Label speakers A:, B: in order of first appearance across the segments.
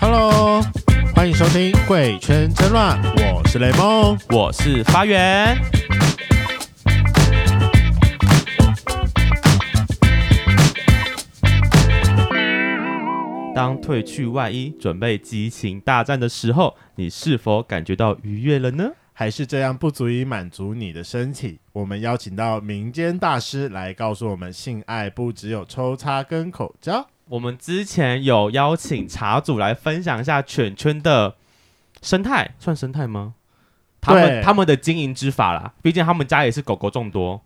A: Hello，欢迎收听《贵圈真乱》，我是雷梦。
B: 我是发源。当褪去外衣，准备激情大战的时候，你是否感觉到愉悦了呢？
A: 还是这样不足以满足你的身体。我们邀请到民间大师来告诉我们，性爱不只有抽插跟口交。
B: 我们之前有邀请茶主来分享一下犬圈的生态，算生态吗？他
A: 对
B: 们他们的经营之法啦，毕竟他们家也是狗狗众多。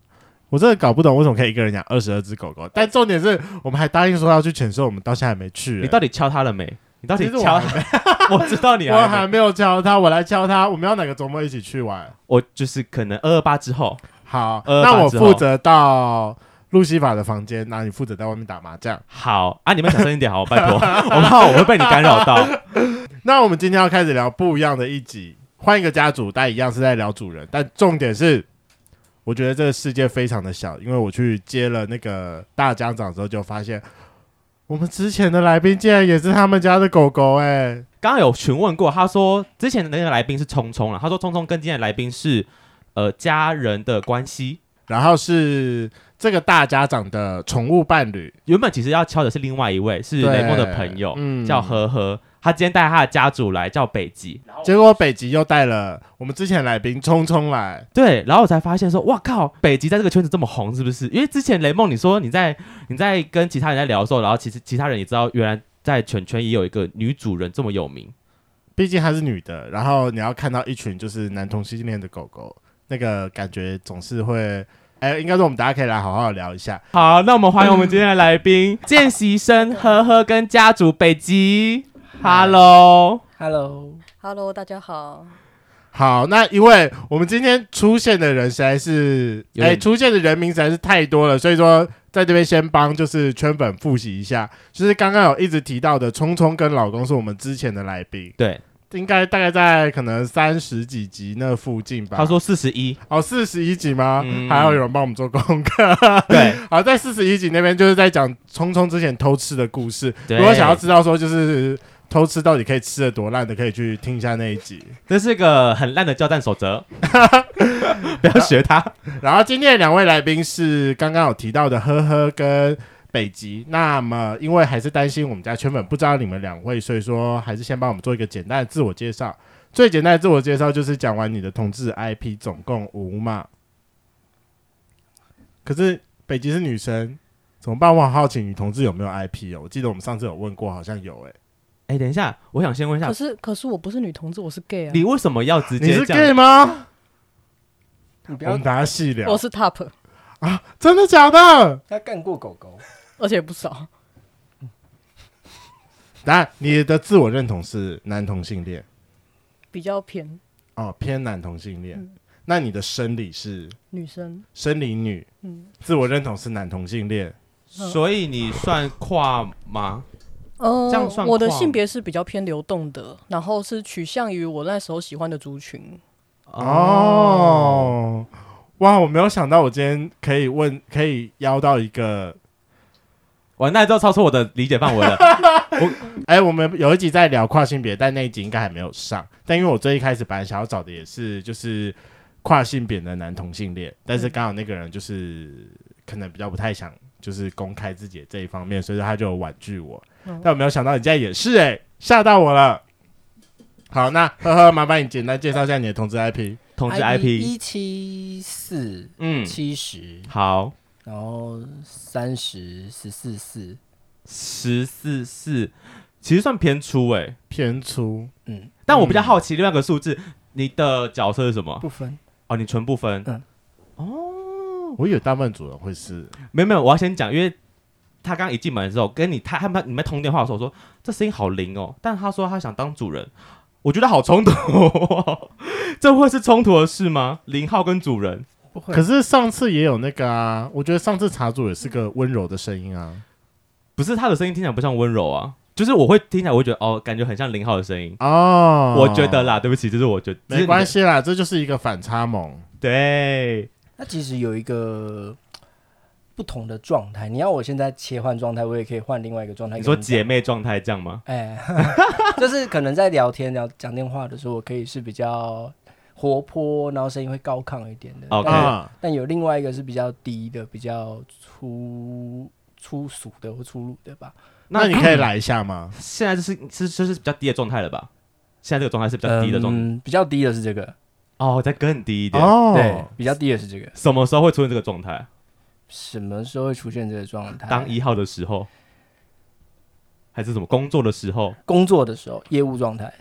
A: 我真的搞不懂为什么可以一个人养二十二只狗狗，但重点是我们还答应说要去犬舍，我们到现在还没去、
B: 你到底敲它了没？你到底
A: 其实我
B: 敲
A: 还
B: 它？我知道你
A: 我
B: 还没
A: 还没有敲他，我来敲他。我们要哪个周末一起去玩？
B: 我就是可能二二八之后，
A: 好，
B: 呃
A: 那我
B: 把之后
A: 负责到路西法的房间，那你负责在外面打麻将。
B: 好啊，你们小声一点好，拜 托，我怕我会被你干扰到。
A: 那我们今天要开始聊不一样的一集，换一个家族，但一样是在聊主人。但重点是，我觉得这个世界非常的小，因为我去接了那个大家长之后，就发现我们之前的来宾竟然也是他们家的狗狗、哎，
B: 刚刚有询问过，他说之前的那个来宾是聪聪了，他说聪聪跟今天的来宾是呃家人的关系。
A: 然后是这个大家长的宠物伴侣，
B: 原本其实要敲的是另外一位，是
A: 对
B: 雷梦的朋友，
A: 嗯
B: 哦叫呵呵。他今天带他的家族来，叫北极。
A: 嗯结果北极又带了我们之前来宾聪聪来，
B: 对，然后我才发现说，哇靠，北极在这个圈子这么红，是不是？因为之前雷梦你说你在你在跟其他人在聊的时候，然后其实其他人也知道，原来在犬圈也有一个女主人这么有名。
A: 毕竟她是女的，然后你要看到一群就是男同性恋的狗狗，那个感觉总是会，哎、应该说我们大家可以来好好聊一下。
B: 好，那我们欢迎我们今天的来宾见习生呵呵跟家族北极。Hello，
C: Hello，
D: Hello，大家好。
A: 好，那因为我们今天出现的人实在是，
B: 有
A: 哎、
B: 点
A: 出现的人名实在是太多了，所以说在这边先帮就是圈粉复习一下，就是刚刚有一直提到的聪聪跟老公是我们之前的来宾，
B: 对，
A: 应该大概在可能三十几集那附近吧。
B: 他说四十一，
A: 哦，四十一集吗？
B: 嗯
A: 还要有人帮我们做功课。
B: 对，
A: 好，在四十一集那边就是在讲聪聪之前偷吃的故事。
B: 对
A: 如果想要知道说就是偷吃到底可以吃的多烂的，可以去听一下那一集。
B: 这是个很烂的交战守 则，不要学他。
A: 然后今天的两位来宾是刚刚有提到的呵呵跟北极。那么因为还是担心我们家圈粉不知道你们两位，所以说还是先帮我们做一个简单的自我介绍。最简单的自我介绍就是讲完你的同志 IP，总共五嘛。可是北极是女生，怎么办？我很好奇女同志有没有 IP 哦？我记得我们上次有问过，好像有欸诶、
B: 哎，等一下，我想先问一下
D: 可，是可是我不是女同志，我是 gay 啊，
B: 你为什么要直
A: 你
B: 接
A: 是
B: 这
A: gay
B: 样？
A: 吗？
C: 你不
A: 我
C: 要
A: 们，大家细聊
B: 啊
A: 啊
D: 我，是 top，
A: 真的假的？
C: 他干过狗狗，
D: 而且不少。
A: 答案，你的自我认同是男同性恋。
D: 比较偏
A: 哦，偏男同性恋。那你的生理是
D: 女生，
A: 生理女，
D: 嗯，
A: 自我认同是男同性恋。
B: 所以你算跨吗？
D: 呃
B: 这样算
D: 我的
B: 跨吗
D: 性别是比较偏流动的，然后是取向于我那时候喜欢的族群。
A: 哦，哇，我没有想到我今天可以问，可以邀到一个。
B: 完蛋，之后超出我的理解范 围了。
A: 哎、我们有一集在聊跨性别，但那一集应该还没有上。但因为我最一开始本来想要找的也是就是跨性别的男同性恋，但是刚好那个人就是可能比较不太想就是公开自己的这一方面，所以说他就有婉拒我。
D: 嗯
A: 但我没有想到你竟然也是哎、吓到我了。好，那呵呵，麻烦你简单介绍一下你的同志 IP。
B: 同志
C: IP
B: IP，
C: 一七四
B: 嗯，
C: 七十，
B: 好，
C: 然后三十十四四，
B: 十四四，其实算偏粗哎。
A: 偏粗，
C: 嗯，
B: 但我比较好奇另外一个数字，你的角色是什么？
C: 不分，
B: 哦，你纯不分。
C: 嗯
A: 我以为大部分主人会是
B: 没有没有，我要先讲，因为他刚一进门的时候，跟你他他们你们通电话的时候，我说这声音好灵哦，但他说他想当主人，我觉得好冲突、哦，这会是冲突的事吗？ 零号跟主人，
C: 不会
A: 可，是上次也有那个啊，我觉得上次茶主也是个温柔的声音啊。
B: 不是他的声音听起来不像温柔啊，就是我会听起来我会觉得哦，感觉很像零号的声音。
A: 哦，
B: 嗯我觉得啦，对不起，这是我觉得，
A: 没关
B: 这是
A: 系啦，这就是一个反差萌。
B: 你的。对，
C: 他其实有一个。不同的状态。你要我现在切换状态，我也可以换另外一个状态。
B: 你说姐，妹状态这样吗？
C: 哎， 就是可能在聊天、聊讲电话的时候，我可以是比较活泼，然后声音会高亢一点的。
B: OK
A: 啊，
C: 但有另外一个是比较低的、比较粗粗俗的或粗鲁的吧。
A: 那你可以来一下吗？
B: 现在就是是就是比较低的状态了吧？现在这个状态是比较低的状态、
C: 嗯，比较低的是这个，
B: 哦，再更低一点。
C: 对
A: 哦，，
C: 比较低的是这个。
B: 什么时候会出现这个状态？
C: 什么时候会出现这个状态？
B: 当一号的时候，还是什么工作的时候？
C: 工作的时候，业务状态。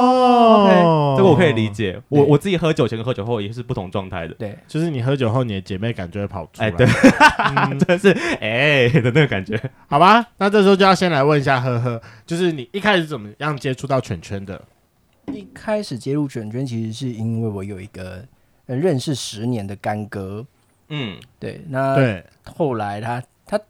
A: 哦
B: OK，这个我可以理解。我
C: 对
B: 我自己喝酒前跟喝酒后也是不同状态的。
C: 对，
A: 就是你喝酒后，你的姐妹感就会跑出来。
B: 哎，对，真的是哎的那个感觉。
A: 好吧，那这时候就要先来问一下呵呵，就是你一开始怎么样接触到圈圈的？
C: 一开始接入卷卷，其实是因为我有一个呃认识十年的干哥。
B: 嗯，
C: 对，那
A: 对，
C: 后来他他，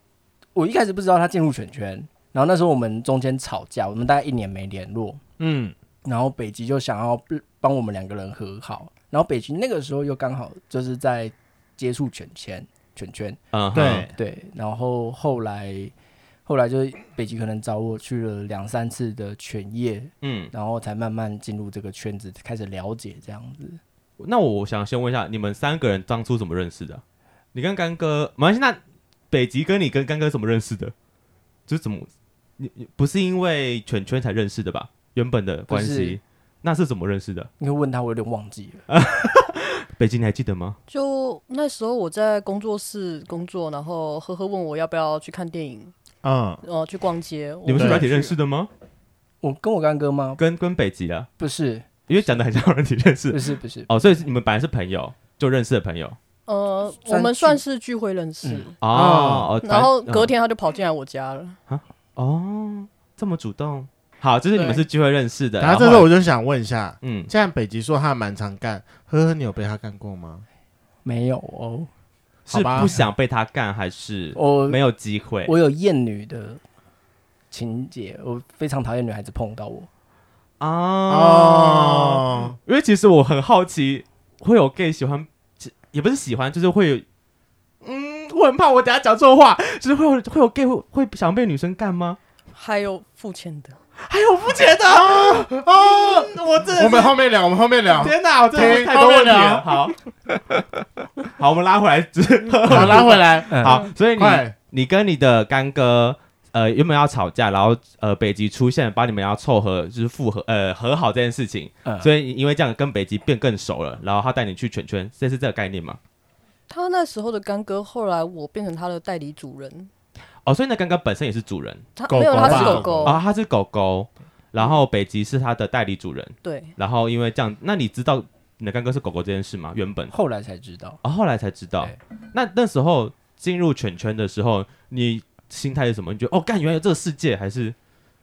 C: 我一开始不知道他进入卷圈，然后那时候我们中间吵架，我们大概一年没联络，
A: 嗯，
C: 然后北极就想要帮我们两个人和好，然后北极那个时候又刚好就是在接触卷圈卷圈，
B: 嗯哼，
A: 对，
C: 对，然后后来后来就是北极可能找我去了两三次的犬夜，
B: 嗯，
C: 然后才慢慢进入这个圈子，开始了解这样子。
B: 那我想先问一下，你们三个人当初怎么认识的？你跟干哥，马来西亚北极跟你跟干哥怎么认识的？就是怎么，你你不是因为圈圈才认识的吧？原本的关
C: 不
B: 系
C: 是，
B: 那是怎么认识的？
C: 因为问他，我有点忘记了。
B: 北极你还记得吗？
D: 就那时候我在工作室工作，然后呵呵问我要不要去看电影，
A: 嗯，
D: 呃，去逛街。
B: 你们是
A: 对
B: 软体认识
D: 的？
B: 的吗？
C: 我跟我干哥吗？
B: 跟跟北极啊，
C: 不是，
B: 因为讲的很像软体认识
C: 不是，不是。
B: 哦，所以是你们本来是朋友，就认识的朋友
D: 呃，
C: 聚
D: 我们算是聚会认识，
C: 嗯
B: 哦
A: 哦
B: 哦
D: 然后
B: 反
D: 隔
B: 嗯
D: 天他就跑进来我家了。
B: 哦这么主动，好，就是你们
D: 对
B: 是聚会认识的，
A: 然
B: 然
A: 后
B: 后
A: 这时
B: 后
A: 候
B: 来
A: 我就想问一下，
B: 嗯，
A: 既然北极说他蛮常干，呵呵，你有被他干过吗？
C: 没有哦，
A: 好
B: 是
A: 吧
B: 不想被他干还是
C: 我
B: 没有机会？
C: 我有厌女的情节，我非常讨厌女孩子碰 到我。
B: 哦，
A: 哦，
B: 因为其实我很好奇，会有 gay 喜欢，也不是喜欢，就是会有，嗯，我很怕我等下讲错话，就是会有会有 gay 会会想被女生干吗？哎
D: 还有付钱的，
B: 还有肤浅的啊，嗯我真的
A: 哦我
B: 是
A: 们后面聊，我们后面聊。
B: 天哪，我真的
A: 停
B: 太多问题了。
A: 后
B: 好， 好，我们拉回来，就是
A: 好，拉回来，
C: 嗯
B: 好。所以你
A: 快，
B: 你跟你的干哥，呃，原本要吵架，然后呃，北极出现，把你们要凑合，就是复合，呃，和好这件事情。
C: 嗯
B: 所以因为这样跟北极变更熟了，然后他带你去圈圈，这是这个概念吗？
D: 他那时候的干哥，后来我变成他的代理主人。
B: 哦，所以那干哥本身也是主人
D: 他
A: 狗
D: 没有，
A: 狗
D: 他
A: 吧
D: 是狗狗。
B: 啊、他是狗狗，然后北极是他的代理主人，
D: 对，
B: 然后因为这样，那你知道你的干哥是狗狗这件事吗？原本
C: 后来才知道，
B: 哦，后来才知道
C: 对。
B: 那那时候进入圈圈的时候，你心态是什么？你觉得哦，干，原来有这个世界，还是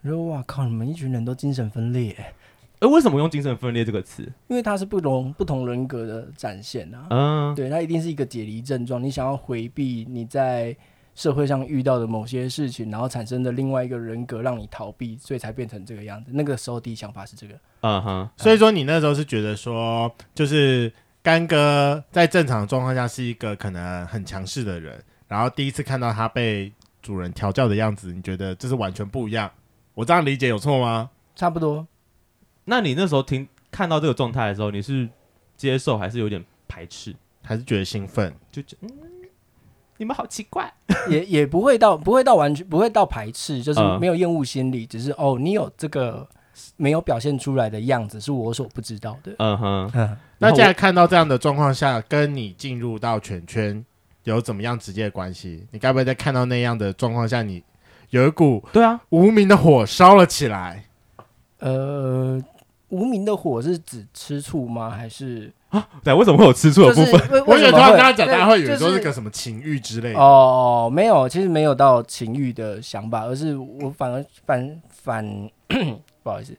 C: 我说哇靠，你们一群人都精神分裂，欸
B: 哎，为什么用精神分裂这个词？
C: 因为他是不同不同人格的展现啊。
B: 嗯，
C: 对，它一定是一个解离症状。你想要回避你在社会上遇到的某些事情，然后产生的另外一个人格让你逃避，所以才变成这个样子。那个时候第一想法是这个，
B: 嗯哼，
A: 所以说你那时候是觉得说，就是干哥在正常的状况下是一个可能很强势的人，然后第一次看到他被主人调教的样子，你觉得这是完全不一样。我这样理解有错吗？
C: 差不多。
B: 那你那时候听看到这个状态的时候，你是接受还是有点排斥？
A: 还是觉得兴奋？
B: 就觉得嗯，你们好奇怪。
C: 也也不会到不会到完全不会到排斥，就是
B: 嗯
C: 没有厌恶心理，只是哦，你有这个没有表现出来的样子是我所不知道的。
B: 嗯哼，
C: 嗯，
A: 那
B: 然后
A: 既然看到这样的状况下，跟你进入到圈圈有怎么样直接的关系？你该不会在看到那样的状况下，你有一股
B: 我对啊，
A: 无名的火烧了起来？
C: 呃，无名的火是指吃醋吗？还是
B: 对，啊为什么会有吃醋的
C: 就
B: 部
C: 是
B: 分？
C: 为
A: 我
C: 为
A: 以
C: 什
A: 为突
C: 么
A: 然
C: 会
A: 跟他讲，大家会以为
C: 对
A: 说
C: 就是
A: 个什么情欲之类的。
C: 哦，没有，其实没有到情欲的想法，而是我反而反反 不好意思，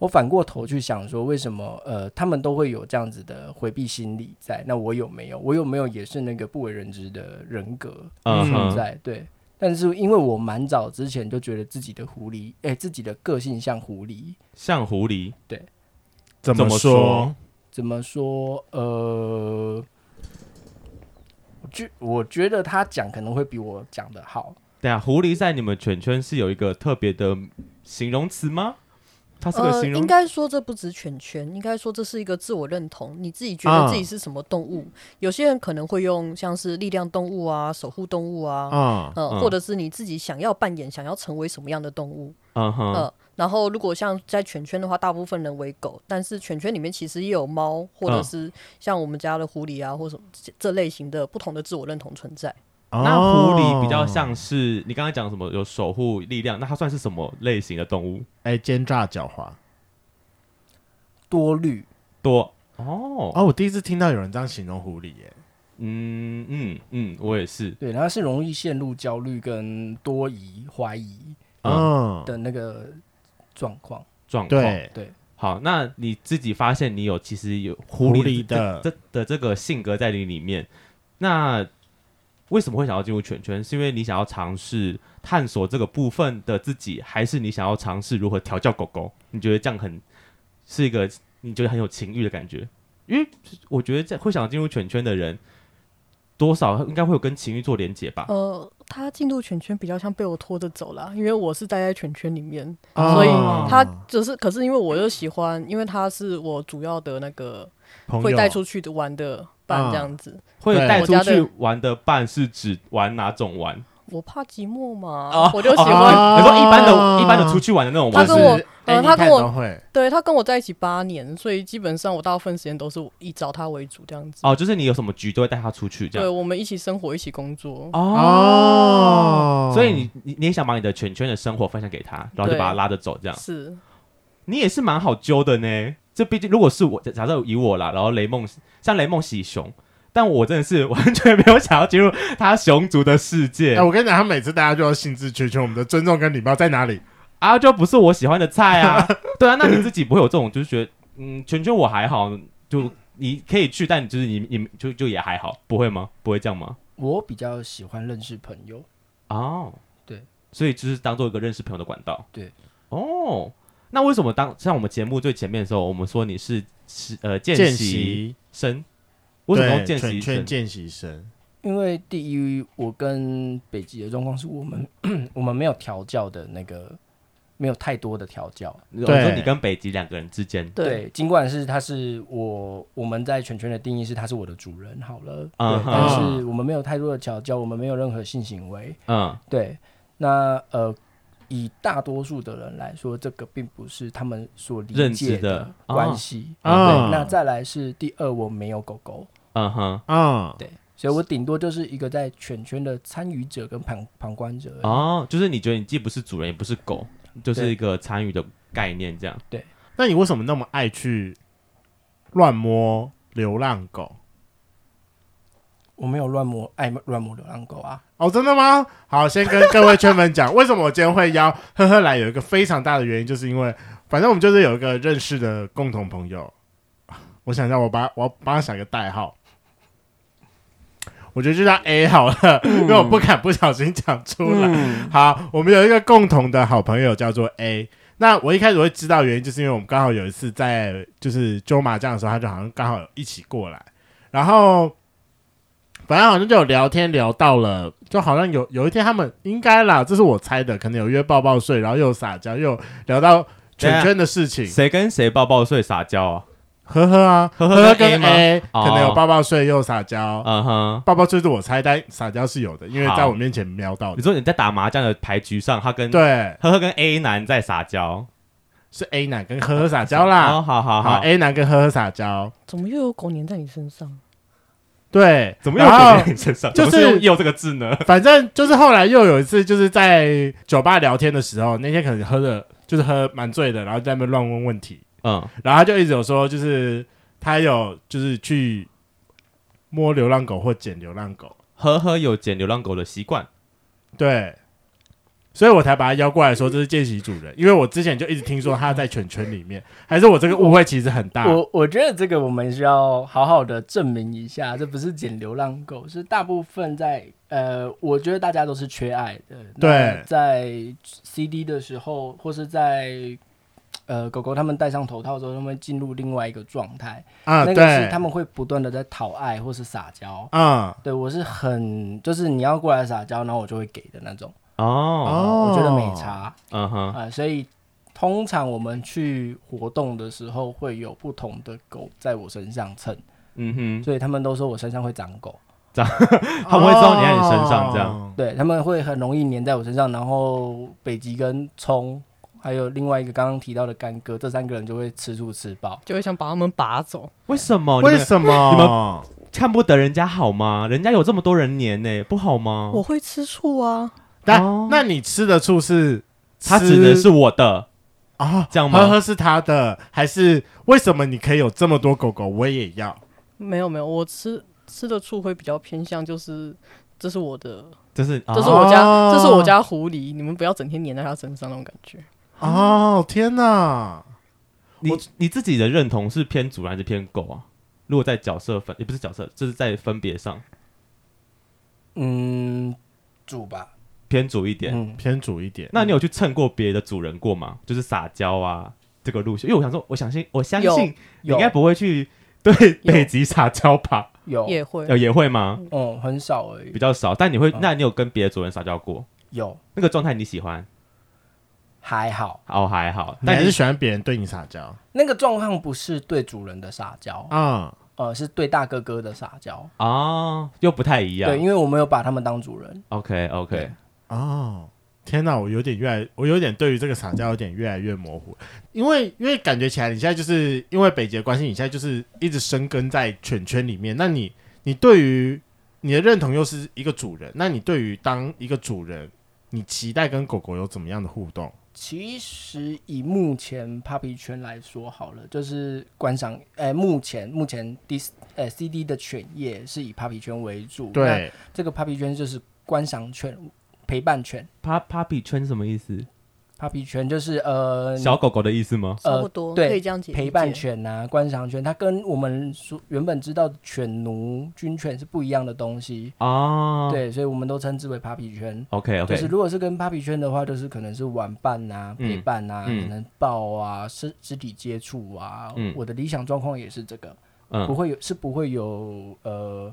C: 我反过头去想说，为什么呃他们都会有这样子的回避心理在？那我有没有？我有没有也是那个不为人知的人格
B: 嗯
C: 存
B: 哼，
C: 在？对。但是因为我蛮早之前就觉得自己的狐狸，哎、自己的个性像狐狸，
B: 像狐狸，
A: 怎
B: 怎么
A: 么
B: 说
A: 说？
C: 怎么说？呃，我觉我觉得他讲可能会比我讲的好，
B: 等一下，狐狸在你们圈圈是有一个特别的形容词吗？它是个
D: 呃，
B: 形容
D: 应该说这不止犬圈，应该说这是一个自我认同，你自己觉得自
B: 啊
D: 己是什么动物。有些人可能会用像是力量动物啊、守护动物啊，
A: 啊，
D: 呃，
B: 嗯
D: 或者是你自己想要扮演、想要成为什么样的动物。
B: 嗯哼，
D: 呃，然后如果像在犬圈的话，大部分人为狗，但是犬圈里面其实也有猫，或者
B: 嗯
D: 是像我们家的狐狸啊，或什么这这类型的不同的自我认同存在。
B: 那狐狸比较
A: 哦
B: 像是你刚才讲什么有守护力量，那它算是什么类型的动物？
A: 哎，奸诈狡猾。
C: 多虑。
B: 多哦，
A: 哦，我第一次听到有人这样形容狐狸耶。
B: 嗯嗯嗯，我也是，
C: 对，然后是容易陷入焦虑跟多疑、怀疑
A: 嗯，
C: 的那个状况。
B: 状况。
A: 对，
C: 对，
B: 好，那你自己发现你有其实有狐
A: 狐狸的
B: 这这的这个性格在你里面，那为什么会想要进入圈圈？是因为你想要尝试探索这个部分的自己，还是你想要尝试如何调教狗狗？你觉得这样很是一个你觉得很有情欲的感觉？因为我觉得在会想进入圈圈的人，多少应该会有跟情欲做连结吧。
D: 呃，他进入犬圈比较像被我拖着走啦，因为我是待在犬圈里面，
A: 哦
D: 所以他只是，可是因为我又喜欢，因为他是我主要的那个
A: 朋
D: 会
A: 友
D: 带出去的玩的伴这样子。
B: 会
A: 对
B: 带
D: 我
B: 出
D: 家的
B: 去玩的伴是指玩哪种玩？
D: 我怕寂寞嘛，
B: 哦
D: 我就喜欢。
A: 哦
B: 你说一般的、一般的出去玩的那种
D: 他
B: 玩
A: 就是
D: 跟我呃
B: 哎
A: anytime
D: 他跟我
A: 都会
D: 对他跟我在一起八年，所以基本上我大部分时间都是以找他为主这样子。
B: 哦，就是你有什么局都会带他出去这
D: 对，
B: 样。
D: 我们一起生活，一起工作。
A: 哦，
B: 所以你你你也想把你的圈圈的生活分享给他，然后就
D: 对
B: 把他拉着走这样。
D: 是，
B: 你也是蛮好揪的呢。这毕竟如果是我，假假设以我啦，然后雷梦像雷梦喜熊，但我真的是 完全没有想要进入他熊族的世界
A: 哎，我跟你讲，他每次大家就要兴致缺缺，我们的尊重跟礼貌在哪里？
B: 啊，就不是我喜欢的菜啊。 对啊，那你自己不会有这种就是觉得嗯，圈圈我还好，就你可以去，但就是你你就就也还好，不会吗？不会这样吗？
C: 我比较喜欢认识朋友。
B: 哦，
C: 对，
B: 所以就是当做一个认识朋友的管道。
C: 对，
B: 哦，那为什么当像我们节目最前面的时候，我们说你是是呃见
A: 见
B: 习
A: 习，
B: 生？为什么要
A: 对
B: 见习
A: 犬圈
B: 生？哦
A: 见习生？
C: 因为第一，我跟北极的状况是我们 我们没有调教的那个，没有太多的调教。
B: 你
A: 对
B: 说你跟北极两个人之间，
D: 对，
C: 尽管是他是我我们在圈圈的定义是他是我的主人好了，
B: 啊
C: 对，但是我们没有太多的调教，我们没有任何性行为。
B: 嗯，
C: 对，那呃，以大多数的人来说，这个并不是他们所理
B: 认知
C: 解
B: 的啊
C: 关系。
A: 啊
C: 对，那再来是第二，我没有狗狗，
B: 嗯哼，
A: 嗯，
C: 对，所以我顶多就是一个在犬圈的参与者跟旁旁观者而已。
B: 哦，就是你觉得你既不是主人也不是狗，就是
C: 对
B: 一个参与的概念这样。
A: 那你为什么那么爱去乱摸流浪狗？
C: 我没有乱摸爱乱摸流浪狗啊，
A: 哦，真的吗？好，先跟各位圈粉讲，为 什么我今天会邀呵呵来，有一个非常大的原因，就是因为反正我们就是有一个认识的共同朋友。我想一下，我把我帮他想一个代号，我觉得就叫 A 好了，因为我不敢不小心讲出来。好，我们有一个共同的好朋友叫做 A。那我一开始会知道原因，就是因为我们刚好有一次在就是揪麻将的时候，他就好像刚好一起过来，然后反正好像就有聊天聊到了，就好像有有一天他们应该啦，这是我猜的，可能有约抱抱睡，然后又撒娇，又聊到圈圈的事情，
B: 谁跟谁抱抱睡撒娇啊？
A: 呵呵啊，
B: 呵呵
A: 呵
B: 跟 A
A: 跟
B: 吗
A: A
B: 哦
A: 可能有抱抱睡又撒娇，
B: 嗯哼，
A: 抱抱睡是我猜，但撒娇是有的，因为
B: 好嗯
A: 在我面前瞄到
B: 你
A: 的，
B: 说你在打麻将的牌局上，他跟
A: 对，
B: 呵呵跟 A 男在撒娇。
A: 是 A 男跟呵呵撒娇啦。
B: 哦，好好
A: 好
B: 好，
A: ，A 男跟呵呵撒娇，
D: 怎么又有狗粘在你身上？
A: 对，
B: 怎么又
A: 然后
B: 在你身上？
A: 就
B: 怎么
A: 是
B: 用“又”这个字呢？
A: 反正就是后来又有一次，就是在酒吧聊天的时候，那天可能喝的，就是喝蛮醉的，然后在那边乱问问题，
B: 嗯，
A: 然后他就一直有说，就是他有就是去摸流浪狗或捡流浪狗，
B: 呵呵，有捡流浪狗的习惯。
A: 对，所以我才把他邀过来说这是见习主人，因为我之前就一直听说他在犬圈里面，还是我这个误会其实很大，
C: 我我觉得这个我们需要好好的证明一下，这不是捡流浪狗，是大部分在呃，我觉得大家都是缺爱的。
A: 对
C: 那在 CD 的时候，或是在呃狗狗它们戴上头套之后，它们会进入另外一个状态，
A: 啊，
C: 那个是
A: 对
C: 它，们会不断的在讨爱或是撒娇。
A: 啊，
C: 对我是很就是你要过来撒娇，然后我就会给的那种，
B: 哦，
A: 哦
C: 我觉得没差
B: 嗯
C: 啊、
B: 哼，
C: 呃所以通常我们去活动的时候会有不同的狗在我身上蹭，
B: 嗯
C: 所以他们都说我身上会长狗，
B: 哼，他们会知道你在你身上这样。
A: 哦。
C: 对他们会很容易粘在我身上，然后北极跟葱。还有另外一个刚刚提到的干哥，这三个人就会吃醋吃爆。
D: 就会想把他们拔走。
B: 为什么？
A: 为
B: 你们
A: 什么？
B: 你看不得人家好吗？人家有这么多人黏呢，不好吗？
D: 我会吃醋啊，
A: 但、
B: 哦
A: 那你吃的醋是
B: 他
A: 吃
B: 指的是我的，
A: 啊，
B: 这样
A: 呵
B: 吗？
A: 呵是他的，还是为什么你可以有这么多狗狗，我也要？
D: 没有没有，我吃吃的醋会比较偏向就是。这是我的，
B: 这是啊
D: 这是我家，
A: 哦
D: 这是我家狐狸，你们不要整天黏在它身上那种感觉。
A: 哦，天哪！
B: 你
A: 我
B: 你自己的认同是偏主人还是偏狗啊？如果在角色分，也不是角色，这是在分别上
C: 嗯，煮吧，
B: 偏主一点。
C: 嗯，
A: 偏主一点。
B: 那你有去蹭过别的主人过吗？就是撒娇啊这个路线，因为我想说，我相信，我相信你
C: 有
B: 应该不会去对北极撒娇吧？
C: 有，
D: 也会
B: 呃，也会吗？
C: 嗯，很少而
B: 比
C: 已，
B: 较少，但你会
C: 嗯，
B: 那你有跟别的主人撒娇过？
C: 有
B: 那个状态你喜欢？
C: 还好。
B: 哦，还好，
A: 你还
B: 但
A: 是
B: 你
A: 喜欢别人对你撒娇
C: 那个状况不是对主人的撒娇，
A: 啊？
C: 呃，是对大哥哥的撒娇。
B: 哦，又不太一样
C: 对，。因为我没有把他们当主人。
B: OK OK，
A: 哦，天哪！我有点越来，我有点对于这个撒娇有点越来越模糊，因为因为感觉起来你现在就是因为北极的关系，你现在就是一直生根在圈圈里面。那你你对于你的认同又是一个主人，那你对于当一个主人，你期待跟狗狗有怎么样的互动？
C: 其实以目前 Puppy 圈来说好了，就是观赏，呃，目前目前 D 呃 CD 的犬业是以 Puppy 圈为主。，
A: 对，
C: 这个 Puppy 圈就是观赏犬、陪伴犬。
B: 啪 Puppy 圈什么意思？
C: Puppy 圈就是呃
B: 小狗狗的意思吗？
C: 呃
D: 差不多，
C: 对
D: 可以这样解
C: 陪伴犬呐、观赏犬，它跟我们所原本知道的犬奴、军犬是不一样的东西。
B: 哦，
C: 对，所以我们都称之为 Puppy 圈。
B: ，OK
C: 就是
B: OK，
C: 如果是跟 Papi 圈的话，就是可能是玩伴啊、
B: 嗯
C: 陪伴啊、
B: 嗯
C: 可能抱啊、肢肢体接触啊。
B: 嗯
C: 我的理想状况也是这个，不
B: 嗯，
C: 会有是不会有呃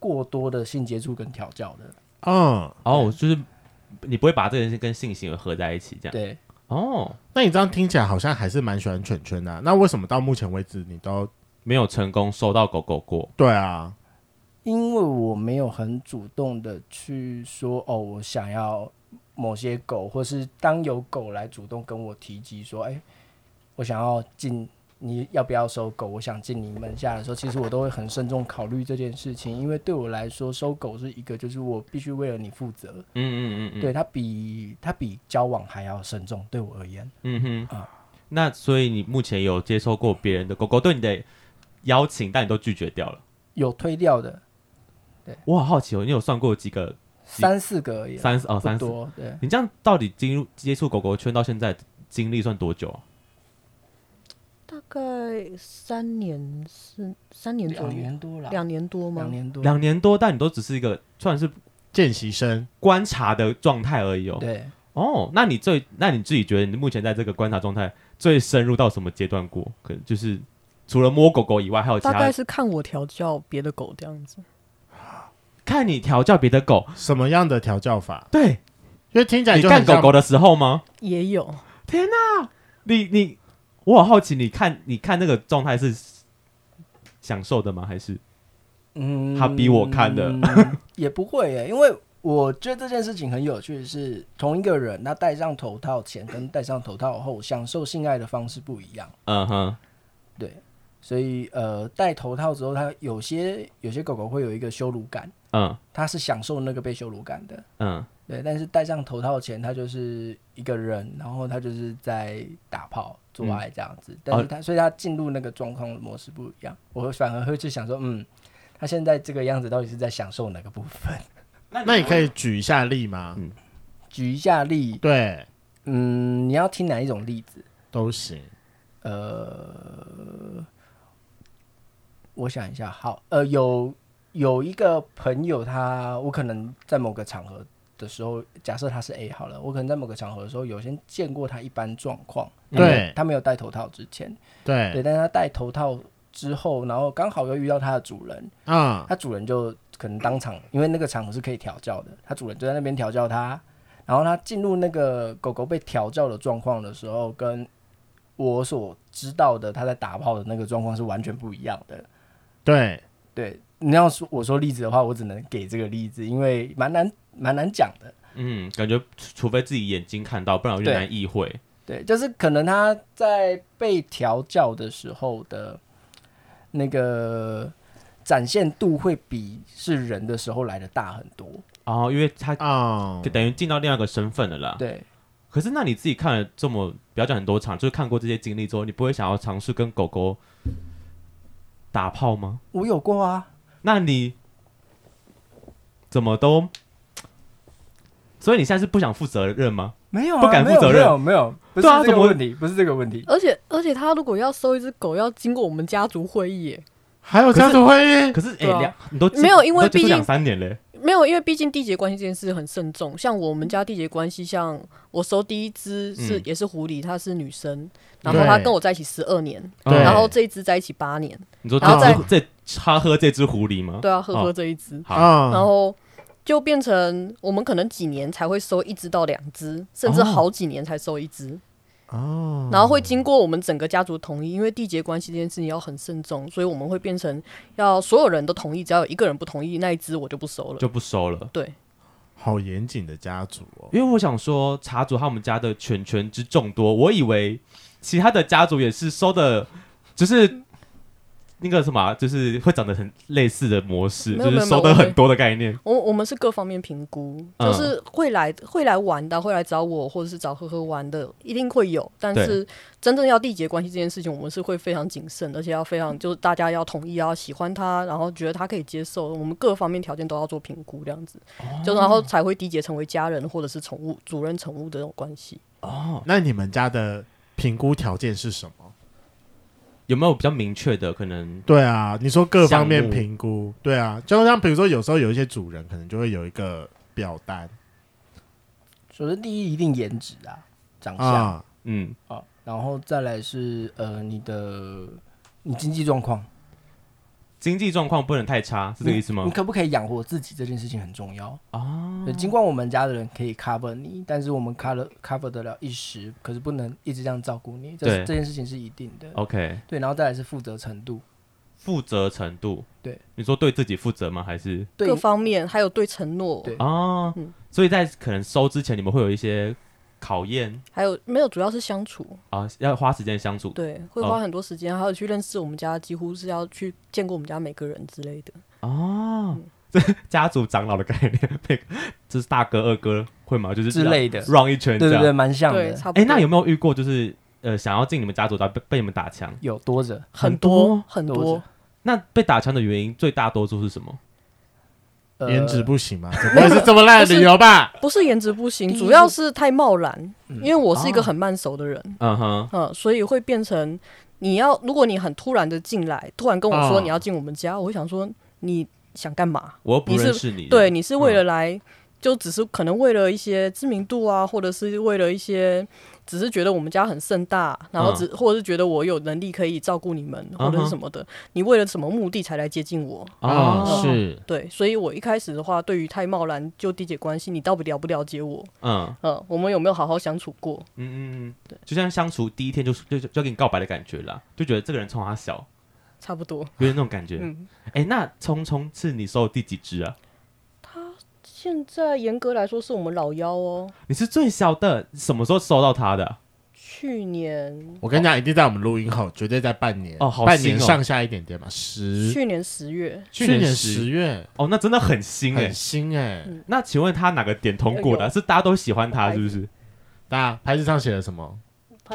C: 过多的性接触跟调教的。
A: 嗯，
B: 哦，就是你不会把这件事跟性行为合在一起这样。
C: 对，
B: 哦，
A: 那你这样听起来好像还是蛮喜欢圈圈的啊、那为什么到目前为止你都
B: 没有成功收到狗狗过。
A: 对啊？
C: 因为我没有很主动的去说哦，我想要某些狗，或是当有狗来主动跟我提及说，哎、我想要进，你要不要收狗？我想进你门下的时候，其实我都会很慎重考虑这件事情，因为对我来说，收狗是一个就是我必须为了你负责，
B: 嗯嗯嗯嗯，
C: 对它比它比交往还要慎重，对我而言，
B: 嗯哼
C: 啊。
B: 那所以你目前有接受过别人的狗狗对你的邀请，但你都拒绝掉了。
C: 有推掉的
B: 我好好奇哦，你有算过几个
C: 三四个而已啦，
B: 三十哦三
C: 不
B: 十？
C: 多，对。
B: 你这样到底进入接触狗狗圈到现在经历算多久啊？
D: 大概三年是三年左
C: 两
D: 右，
C: 年多了，
D: 两年多吗
C: 两？年多，
B: 两年多，但你都只是一个算是
A: 见习生，
B: 观察的状态而已哦。
C: 对。
B: 哦，那你最那你自己觉得你目前在这个观察状态最深入到什么阶段过？可能就是除了摸狗狗以外，还有其
D: 大概
B: 他
D: 是看我调教别的狗这样子。
B: 看你调教别的狗，
A: 什么样的调教法？
B: 对
A: 因为听起来
B: 你
A: 就
B: 干
A: 很像
B: 狗狗的时候吗？
D: 也有，
B: 你你，我好好奇，你看你看那个状态是享受的吗？还是
C: 嗯
B: 他逼我看的
C: 也不会耶，因为我觉得这件事情很有趣的是，同一个人他戴上头套前跟戴上头套后享受性爱的方式不一样，
B: 嗯哼
C: 对，所以呃，戴头套之后，它有些有些狗狗会有一个羞辱感，
B: 嗯
C: 它是享受那个被羞辱感的，
B: 嗯
C: 对，但是戴上头套前，它就是一个人，然后它就是在打炮做爱这样子，但是它所以它进入那个状况的模式不一样，我会反而会去想说，嗯，它现在这个样子到底是在享受哪个部分？
A: 那你可以举一下例吗？
B: 嗯
C: 举一下例，
A: 对，
C: 嗯，你要听哪一种例子？
A: 都行。
C: 我想一下，好，呃，有有一个朋友他，我可能在某个场合的时候，假设他是 A 好了，我可能在某个场合的时候，有先见过他一般状况。他没有
A: 对
C: 他没有戴头套之前，对，
A: 对，
C: 但是他戴头套之后，然后刚好又遇到他的主人，
A: 啊，
C: 他主人就可能当场，因为那个场合是可以调教的，他主人就在那边调教他，然后他进入那个狗狗被调教的状况的时候，跟我所知道的他在打炮的那个状况是完全不一样的。
A: 对，
C: 对，你要说我说例子的话，我只能给这个例子，因为蛮难蛮难讲的。
B: 嗯，感觉除除非自己眼睛看到，不然我就
C: 对
B: 难意会。
C: 对，就是可能他在被调教的时候的那个展现度会比是人的时候来的大很多。
B: 哦，因为他
A: 啊，
B: 等于进到另外一个身份了啦。。
C: 对，
B: 可是那你自己看了这么，不要讲很多场，就是看过这些经历之后，你不会想要尝试跟狗狗打炮吗？
C: 我有过啊，
B: 那你怎么都？所以你现在是不想负责任吗？
C: 没有、啊，
B: 不敢负
C: 没有
B: 责任
C: 没有没有，不是
B: 对啊
C: 这
B: 怎
C: 个
B: 么会
C: 问题，不是这个问题。
D: 而且而且他如果要收一只狗，要经过我们家族会议耶，
A: 还有
B: 可是
A: 家族会议，
B: 可是哎、
D: 对啊
B: 两你都
D: 没有因为
B: 你都接触
D: 毕竟
B: 两三年嘞，
D: 没有，因为毕竟缔结关系这件事很慎重。像我们家缔结关系，像我收第一只是、
B: 嗯
D: 也是狐狸，它是女生，然后她跟我在一起十二年，
A: 对
B: 嗯
D: 然后这一只在一起八年，
B: 你说
D: 然后
B: 这只这他喝这只狐狸吗？
D: 对啊，呵
B: 哦
D: 呵这一只，
B: 好，
A: 啊，
D: 然后就变成我们可能几年才会收一只到两只，甚至
B: 哦
D: 好几年才收一只，
B: 嗯
A: 哦，
D: 然后会经过我们整个家族同意，因为缔结关系这件事情要很慎重，所以我们会变成要所有人都同意，只要有一个人不同意，那一只我就不收了。
B: 就不收了。
D: 对，
A: 好严谨的家族哦，
B: 因为我想说，茶主他们家的犬犬之众多，我以为其他的家族也是收的，就是那个什么啊，就是会长得很类似的模式，
D: 没
B: 就
D: 有
B: 是收
D: 没有没
B: 的
D: 有
B: 很多的概念。
D: 我我们是各方面评估，
B: 嗯
D: 就是会来会来玩的，会来找我或者是找呵呵玩的，一定会有。但
B: 对
D: 是真正要缔结关系这件事情，我们是会非常谨慎，而且要非常就是大家要统一，要喜欢他，然后觉得他可以接受，我们各方面条件都要做评估，这样子，
B: 哦
D: 就然后才会缔结成为家人或者是宠物主人宠物的这种关系。
B: 哦，
A: 那你们家的评估条件是什么？
B: 有没有比较明确的可能？
A: 对啊，你说各方面
B: 项目
A: 评估，对啊，就像比如说有时候有一些主人可能就会有一个表单
C: 首先第一一定颜值啊，长相啊、
A: 啊，
B: 嗯，
C: 然后再来是呃你的你经济状况
B: 经济状况不能太差，是这个意思
C: 你
B: 吗？
C: 可不可以养活自己这件事情很重要。
D: 嗯
B: 啊，
C: 对，尽管我们家的人可以 cover 你，但是我们 cover cover 得了一时，可是不能一直这样照顾你，这
B: 对哦
C: 是这件事情是一定的。
B: OK，
C: 对，然后再来是负责程度，
B: 负责程度，
C: 对，
B: 你说对自己负责吗？还是
C: 对
D: 各方面还有对承诺，
C: 对
B: 啊？
D: 嗯
B: 所以在可能收之前，你们会有一些考验
D: 还有没有主要是相处，
B: 啊，要花时间相处。
D: 对，会
B: 哦
D: 花很多时间，还有去认识我们家，几乎是要去见过我们家每个人之类的。
B: 哦，这家族长老的概念，每个这是大哥二哥会吗？就是
C: 之类的
B: run 一圈这
C: 对对
B: 样。
C: 对，蛮像
D: 对，
C: 的。
D: 差不多。
B: 哎，那有没有遇过就是呃想要进你们家族的被被你们打枪？
C: 有多着，
D: 很
B: 多
D: 多很
C: 多
D: 多
C: 着，
B: 那被打枪的原因最大多数是什么？
C: 呃
A: 颜值不行 吗？这不会是这么烂的理由吧？
D: 不是颜值不行，
C: 第一
D: 主要是太贸然。
C: 嗯
D: 因为我是一
B: 哦
D: 个很慢熟的人，
B: 嗯哼，
D: 嗯，所以会变成你要，如果你很突然的进来，突然跟我
A: 哦
D: 说你要进我们家，我会想说你想干嘛？
B: 我又不
D: 你是
B: 认识你。
D: 对，，你是为了来，就只是可能为了一些知名度啊，或者是为了一些，只是觉得我们家很盛大，然后只、或者是觉得我有能力可以照顾你们，或
B: 嗯
D: 者
B: 哼
D: 是什么的，你为了什么目的才来接近我？
B: 啊，
D: 哦
A: 是
D: 对，所以我一开始的话，对于太贸然就缔结关系，你到底了不了解我？
B: 嗯
D: 嗯，我们有没有好好相处过？
B: 嗯嗯，嗯，就像相处第一天就是就就就给你告白的感觉啦，就觉得这个人冲他小，
D: 差不多，
B: 有点那种感觉。
D: 嗯，
B: 哎，那聪聪是你收的第几只啊？
D: 现在严格来说是我们老幺哦，
B: 你是最小的，什么时候收到他的啊？
D: 去年
A: 我跟你讲，一定在我们录音后，绝对在半年
B: 哦好
A: 半年
B: 新哦
A: 上下一点点嘛，十
D: 去年十月
B: 去
A: 去
B: 年
A: 年
B: 十
A: 十月，
B: 哦，那真的很新哎
A: 很，新哎，
B: 那请问他哪个点通过的啊、
D: 有
B: 是大家都喜欢他，是不是？
A: 大家牌子上写了什么？
D: 拍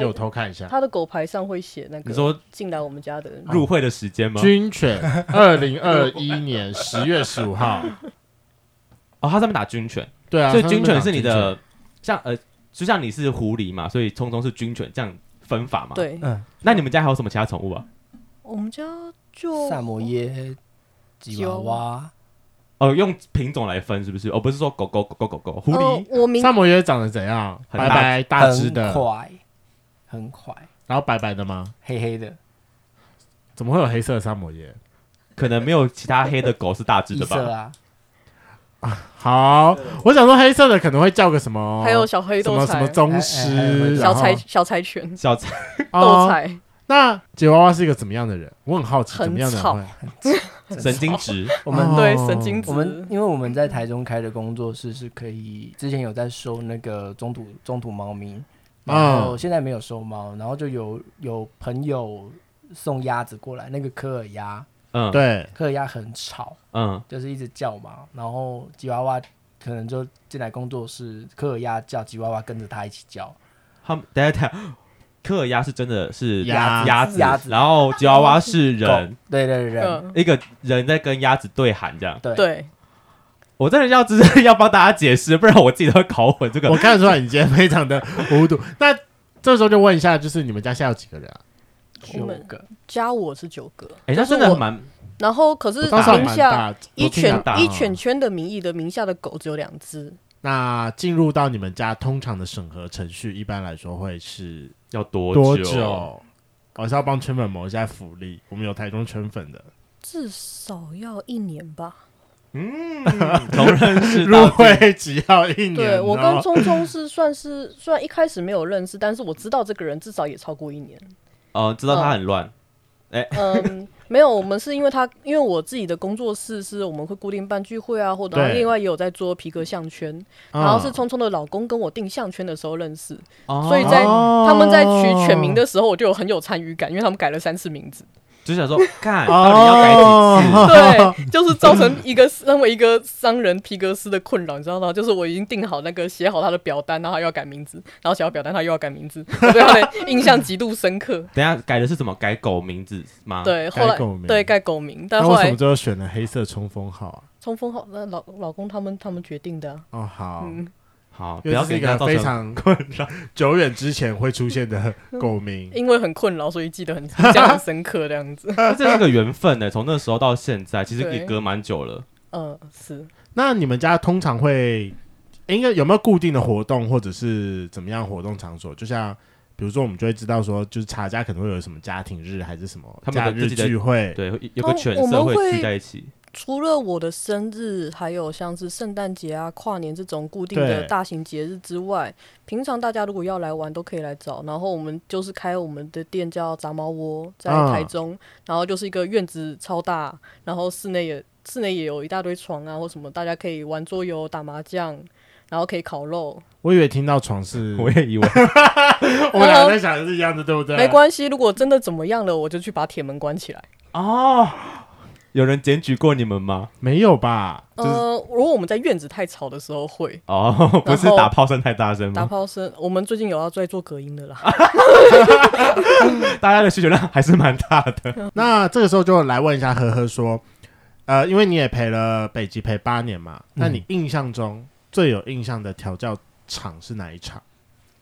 A: 给
D: 的
A: 我偷看一下。
D: 他的狗牌上会写那
B: 你
D: 个
B: 说
D: 进来我们家的
A: 啊
D: 人
B: 入会的时间吗？
C: 嗯
A: 军犬， 二零二一年十月十五号。
B: 哦，他上面打军犬，
A: 对啊，
B: 所以
A: 他们
B: 军犬是
A: 打
B: 你的，像呃，就像你是狐狸嘛，所以聪聪是军犬，这样分法嘛。。
A: 啊
D: 对，
C: 嗯，
B: 那你们家还有什么其他宠物啊？
D: 我们家就
C: 萨摩耶、吉娃娃、
B: 呃，用品种来分是不是？哦，不是说狗狗狗狗狗狗狐
D: 呃
C: 哦
B: 狸，
D: 我明
A: 萨摩耶长得怎样？
B: 很
A: 白
B: 大
A: 白大只
C: 很
A: 的，
C: 快，很快，
A: 然后白白的吗？
C: 黑黑的，
A: 怎么会有黑色的萨摩耶？
B: 可能没有其他黑的狗是大只
C: 异
B: 的
C: 色
B: 吧？
C: 啊，
A: 好，我想说黑色的可能会叫个什么，
D: 还有小
A: 什
D: 黑豆
A: 么什么
D: 柴、
A: 宗
C: 哎哎哎
A: 师，
C: 哎
A: 然
D: 小
A: 后
D: 柴、小柴犬、
B: 小菜
D: 豆
A: 哦。
D: 柴，
A: 那吉娃娃是一个怎么样的人？我很好奇，
D: 很
A: 怎么样的人
D: 吵
A: 会？
B: 神经质，
C: 我们
A: 哦
D: 对神经质
C: 我们因为我们在台中开的工作室是可以，之前有在收那个中途中途猫咪，
A: 嗯
C: 然后现在没有收猫，然后就有有朋友送鸭子过来，那个科尔鸭，
B: 嗯，，
A: 对，
C: 科尔鸭很吵，
B: 嗯，
C: 就是一直叫嘛，然后吉娃娃可能就进来工作室，科尔鸭叫吉娃娃跟着它一起叫，
B: 他们等一下等一下，科尔鸭是真的是
A: 鸭子
B: 鸭子，
C: 鸭子
B: 然后吉娃娃是人
C: 狗，，对对对对
D: 嗯，
B: 一个人在跟鸭子对喊这样。
C: 对
D: 对，
B: 我真的要知要帮大家解释，不然我自己都会搞混这个
A: 我。看得出来你今天非常的无毒。 那这时候就问一下，就是你们家现在有几个人啊？
D: 我
C: 九
D: 们
C: 个，
D: 加我是九个，
B: 哎，那真
D: 就是
B: 的
D: 我
B: 蛮
D: 然后可是
A: 当时还
D: 名
A: 蛮
D: 下
A: 大，
D: 一
B: 听起来
D: 犬
B: 大
D: 一
B: 哦
D: 犬圈的名义的名下的狗只有两只，
A: 那进入到你们家通常的审核程序，一般来说会是
B: 要多
A: 多
B: 久？
A: 久？我是要帮圈粉谋一下福利，我们有台中圈粉的。
D: 至少要一年吧。
B: 从 认识
A: 入
B: 到
A: 会只要一年。啊
D: 对我
A: 然
D: 跟
A: 后
D: 聪聪是算是虽然一开始没有认识，但是我知道这个人至少也超过一年。
B: 呃，知道他很乱，
D: 嗯，没有，我们是因为他，因为我自己的工作室是我们会固定办聚会啊，或者然后
A: 对
D: 另外也有在做皮革项圈，
A: 嗯
D: 然后是聪聪的老公跟我订项圈的时候认识，
B: 所
D: 所以在
A: 哦
D: 他们在取犬名的时候，我就有很有参与感，因为他们改了三次名字，
B: 就想说，看到底要改
A: 哦
B: 几次？
D: 对，就是造成一个身为一个商人皮革师的困扰，你知道吗？就是我已经订好那个写好他的表单，然后他又要改名字，然后写好表单他又要改名字，我对他的印象极度深刻。
B: 等一下改的是怎么改狗名字吗？，
D: 对，后来
A: 改狗名
D: 对改狗名，但
A: 那
D: 后
A: 为什
D: 来
A: 么最后选了黑色冲锋号啊？
D: 冲锋号那老老公他们他们决定的啊、
A: 哦，好，
D: 嗯，
B: 好，不
A: 因为
B: 要
A: 这是
B: 给
A: 一
B: 人家
A: 个
B: 造
A: 非
B: 成
A: 常 久远之前会出现的 狗名。
D: 因为很困扰，所以记得很印象很深刻这样子。
B: 这是个缘分呢。从那时候到现在，其实
D: 对
B: 也隔蛮久了。
D: 嗯，是
A: 那你们家通常会应该有没有固定的活动，或者是怎么样活动场所？就像比如说，我们就会知道说，就是茶家可能会有什么家庭日，还是什么
B: 他们
A: 假
B: 的
A: 日
B: 自己的
A: 聚会。
B: 对，有个犬
D: 哦我
B: 舍
D: 们会
B: 聚在 一起。
D: 除了我的生日，还有像是圣诞节啊、跨年这种固定
A: 对
D: 的大型节日之外，平常大家如果要来玩，都可以来找。然后我们就是开我们的店叫杂毛窝，在
A: 啊
D: 台中，然后就是一个院子超大，然后室内也室内也有一大堆床啊或什么，大家可以玩桌游、打麻将，然后可以烤肉。
A: 我以为听到床是，
B: 我也 以为
A: 我们俩在想的是一样的，对不对？
D: 没关系，如果真的怎么样了，我就去把铁门关起来。
B: 哦，有人检举过你们吗？
A: 没有吧？
D: 呃，如果我们在院子太吵的时候会
B: 哦，不是
D: 然后
B: 打炮声太大
A: 嗯
B: 声
D: 打
B: 吗？
D: 炮声，我们最近有要在做隔音的啦。
B: 大家的需求量还是蛮大的。
D: 嗯
A: 那这个时候就来问一下呵呵说，呃，因为你也陪了北极陪八年嘛，
B: 嗯
A: 那你印象中最有印象的调教场是哪一场？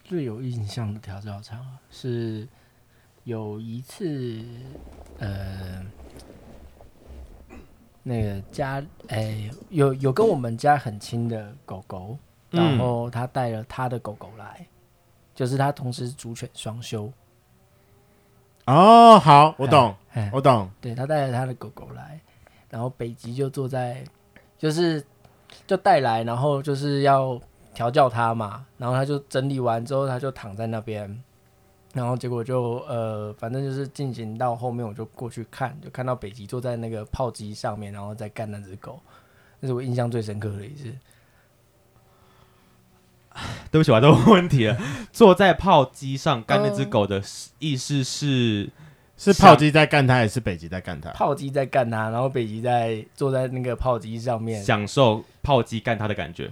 C: 最有印象的调教场啊是有一次，呃，那个家，哎、有有跟我们家很亲的狗狗，然后他带了他的狗狗来，就是他同时主犬双修，
A: 哦，好，我懂，
C: 哎，
A: 我懂，
C: 对他带了他的狗狗来，然后北极就坐在，就是就带来，然后就是要调教他嘛，然后他就整理完之后，他就躺在那边，然后结果就呃，反正就是进行到后面，我就过去看，就看到北极坐在那个炮机上面，然后再干那只狗，那是我印象最深刻的一次。
B: 对不起，我都问问题了。坐在炮机上干那
D: 嗯
B: 只狗的意思是啊
A: 是炮击在干他，还是北极在干他？
C: 炮机在干他，然后北极在坐在那个炮机上面，
B: 享受炮击干它的感觉。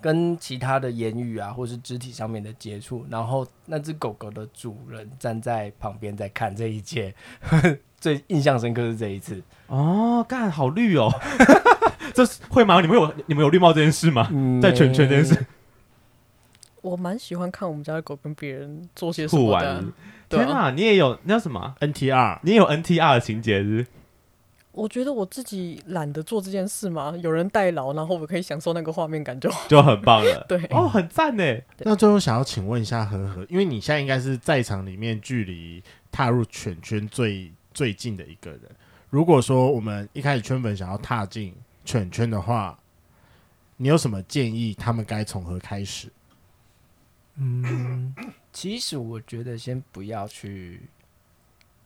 C: 跟其他的言语啊，或是肢体上面的接触，然后那只狗狗的主人站在旁边在看这一切， 最印象深刻是这一次，
B: 哦，干好绿哦， 这是会吗？你们有你们有绿帽这件事吗？
C: 嗯
B: 在犬犬这件事，
D: 我蛮喜欢看我们家的狗跟别人做些什
B: 酷
D: 么
B: 玩
D: 的。对
B: 天
D: 啊，
B: 哪，你也有那叫什么啊？
A: NTR
B: 你也有 NTR 的情节是不是？
D: 我觉得我自己懒得做这件事嘛，有人代劳，然后我可以享受那个画面感就好。
B: 就很棒 了。
D: 对，
B: 哦，很赞呢。
A: 那最后想要请问一下何何，因为你现在应该是在场里面距离踏入圈圈最最近的一个人。如果说我们一开始圈粉想要踏进圈圈的话，你有什么建议？他们该从何开始？
C: 嗯，其实我觉得先不要去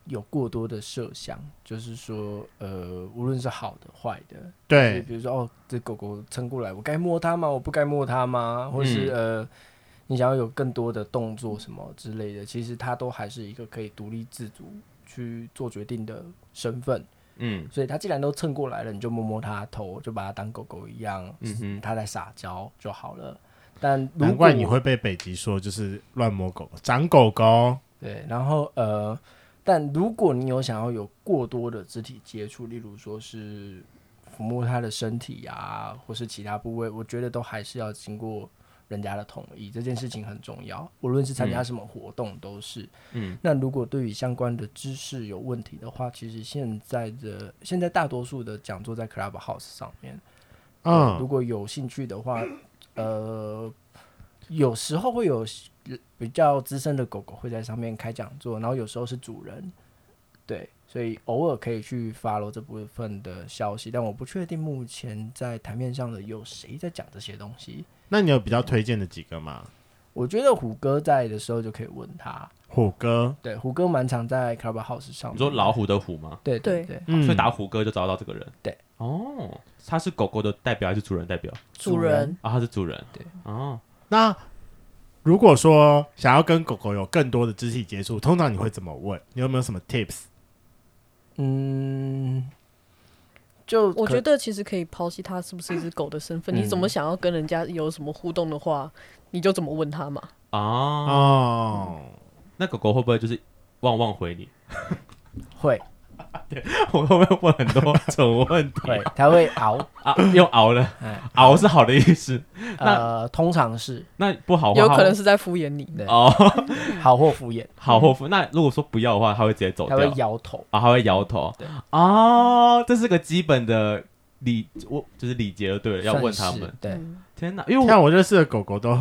C: 有过多的设想，就是说，呃，无论是好的坏的，就是
A: 对，
C: 比如说哦，这狗狗撑过来，我该摸它吗？我不该摸它吗？或是、
A: 嗯
C: 呃，你想要有更多的动作什么之类的，其实它都还是一个可以独立自主去做决定的身份。
B: 嗯
C: 所以它既然都蹭过来了，你就摸摸它的头，就把它当狗狗一样，
B: 嗯哼，
C: 它在撒娇就好了。但如
A: 难
C: 果
A: 怪你会被北极说就是乱摸狗、长狗狗。
C: 对，然后呃，但如果你有想要有过多的肢体接触，例如说是抚摸他的身体啊，或是其他部位，我觉得都还是要经过人家的同意，这件事情很重要。无论是参加什么活动都是。
B: 嗯，
C: 那如果对于相关的知识有问题的话，其实现在的现在大多数的讲座在 Clubhouse 上面，呃
A: 嗯，
C: 如果有兴趣的话，呃，有时候会有呃比较资深的狗狗会在上面开讲座，然后有时候是主人，对，所以偶尔可以去 follow 这部分的消息，但我不确定目前在台面上的有谁在讲这些东西。
A: 那你有比较推荐的几个吗？
C: 我觉得虎哥在的时候就可以问他，
A: 虎哥，
C: 对，虎哥蛮常在 Clubhouse 上面。
B: 你说老？虎的虎吗？哦
C: 对对
D: 对
C: 对，
A: 嗯
B: 所以打虎哥就找到这个人。
C: 对，
B: 哦，他是狗狗的代表还是主人代表？
D: 主
C: 主
D: 人
C: 人
B: 啊，他是主人。
C: 对，
B: 哦，
A: 那如果说想要跟狗狗有更多的肢体接触，通常你会怎么问？你有没有什么 tips？
C: 嗯，就
D: 我
C: 可
D: 觉得其实可以剖析它是不是一只狗的身份。
C: 嗯
D: 你怎么想要跟人家有什么互动的话，你就怎么问他嘛。
B: 啊，
A: 哦，
B: 那狗狗会不会就是旺旺回你？
C: 会
B: 我会不会问很多 种问题
C: 会，他会熬，
B: 啊？又熬了
C: 哎，
B: 熬是好的意思，
C: 呃，通常是
B: 那不好的
D: 有
B: 话
D: 可能是在敷衍你。
C: 对
B: 哦，
C: 好或敷衍，
B: 好或不。那如果说不要的话，它会直接走
C: 他会
B: 掉。
C: 摇头。
B: 啊，还会摇头
C: 对。
B: 哦，这是个基本的礼，我就是礼节了，对了，要问他
C: 算是
B: 们。
C: 对，
D: 嗯
B: 天哪，因为我
A: 像哦我认识的狗狗都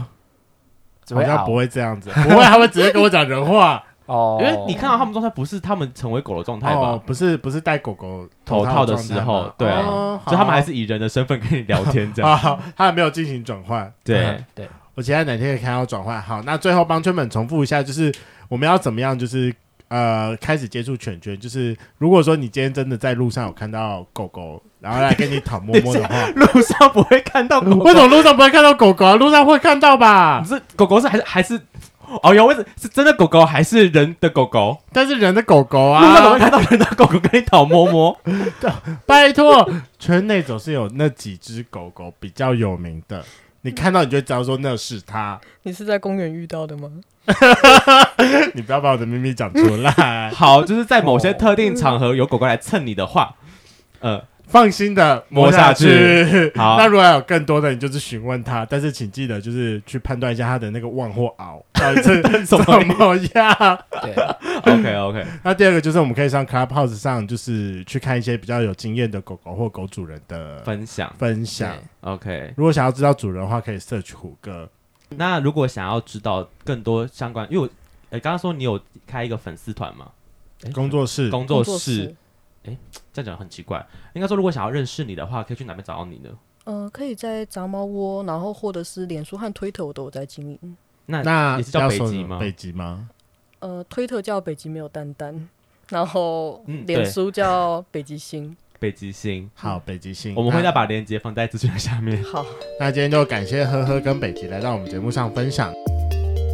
C: 只
A: 好
C: 会
A: 像
C: 熬
A: 不会这样子， 不会，它会直接跟我讲人话。
C: 哦，
B: 因为你看到他们状态不是他们成为狗的状态吧，
A: 哦，不是不是戴狗狗
B: 头套
A: 套
B: 的
A: 状
B: 时
A: 态
B: 候
A: 吗
B: 对啊
A: 哦
B: 所以他们
A: 好
B: 还是以人的身份跟你聊 天这样。
A: 好，他还没有进行转换。
B: 对，，
C: 对，
A: 我期待哪天可以看到转换。好，那最后帮圈粉重复一下，就是我们要怎么样，就是呃开始接触犬圈。就是如果说你今天真的在路上有看到狗狗，然后来跟你讨摸摸的 话
B: 路上不会看到狗
A: 为什，
B: 狗
A: 么路上不会看到狗狗啊？路上会看到吧
B: 你？是狗狗是还是还是。哦哟，我是是真的狗狗还是人的狗狗？
A: 但是人的狗狗
B: 路上怎么会
A: 啊，
B: 看到人的狗狗跟你讨摸摸？。
A: 拜托，圈内总是有那几只狗狗比较有名的，你看到你就会知道说那是它。
D: 你是在公园遇到的吗？
A: 你不要把我的秘密讲出来
B: 好，就是在某些特定场合有狗狗来蹭你的话，呃，
A: 放心的
B: 摸下去
A: 去
B: 好
A: 那如果还有更多的，你就是询问他，但是请记得就是去判断一下他的那个旺或 熬到底是
B: 什
A: 怎
B: 么
A: 么样。
C: 对，
B: OK OK，
A: 那第二个就是我们可以上 Clubhouse 上，就是去看一些比较有经验的狗狗或狗主人的
B: 分享
A: 分享。
B: OK，
A: 如果想要知道主人的话，可以 search 虎哥。
B: 那如果想要知道更多相关，因为我呃刚刚说你有开一个粉丝团嘛，诶
A: 工作室
B: 工
D: 工
B: 作
D: 作
B: 室，，这样讲很奇怪。应该说，如果想要认识你的话，可以去哪边找到你呢？
D: 呃，可以在杂猫窝，然后或者是脸书和推特我都有在经营。
B: 那
A: 那
B: 也是叫
A: 要
B: 北
A: 说
B: 极
A: 什么
B: 吗？
A: 北极吗？
D: 呃，推特叫北极没有丹丹，然后
B: 嗯对
D: 脸书叫北极星。
B: 北极星，
A: 好，北极星。
B: 嗯我们会
A: 那
B: 再把链接放在资讯栏下面。
D: 好。
A: 那今天就感谢呵呵跟北极来到我们节目上分享。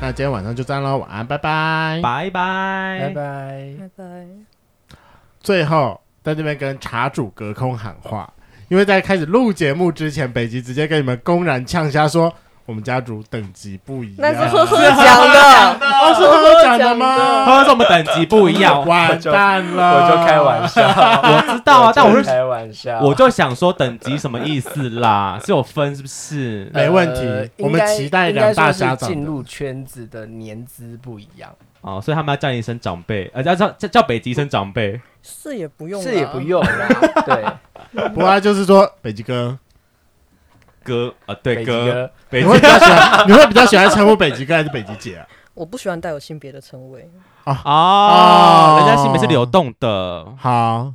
A: 那今天晚上就这样喽，晚安，拜拜。
B: 拜拜，
C: 拜拜。
D: 拜拜。
A: 最后，在这边跟茶主隔空喊话，因为在开始录节目之前，北极直接跟你们公然呛瞎说我们家族等级不一
D: 那
A: 样，
D: 是呵呵讲
C: 啊
D: 的，
A: 哦是
D: 呵
A: 喝
D: 呵
A: 讲的
D: 讲
A: 吗？
B: 他们 说我们等级不一样，
A: 完蛋了，
C: 我就开玩笑，
B: 我知道啊，但我
C: 就是开玩笑，
B: 我就想说等级什么意思啦？ 是有分是不是？
A: 没问题
C: 呃
A: 我们
C: 应该
A: 期待
C: 应该
A: 两大
C: 说
A: 家
C: 是
A: 长
C: 进
A: 的
C: 入圈子的年资不一样，
B: 哦，所以他们要叫你一声长辈，呃，叫叫叫北极一声长辈。
D: 是也不用，
C: 是也不。用啦，对，
A: 不过他就是说，北极哥，
B: 哥啊，
C: 北
B: 对
C: 极
B: 哥，
C: 哥，
B: 北
A: 你
B: 极
A: 会比较喜欢，你会比较喜欢称呼北极哥还是北极姐啊？
D: 我不喜欢带有性别的称谓，
A: 啊
B: 哦，人家性别是流动的，
A: 好，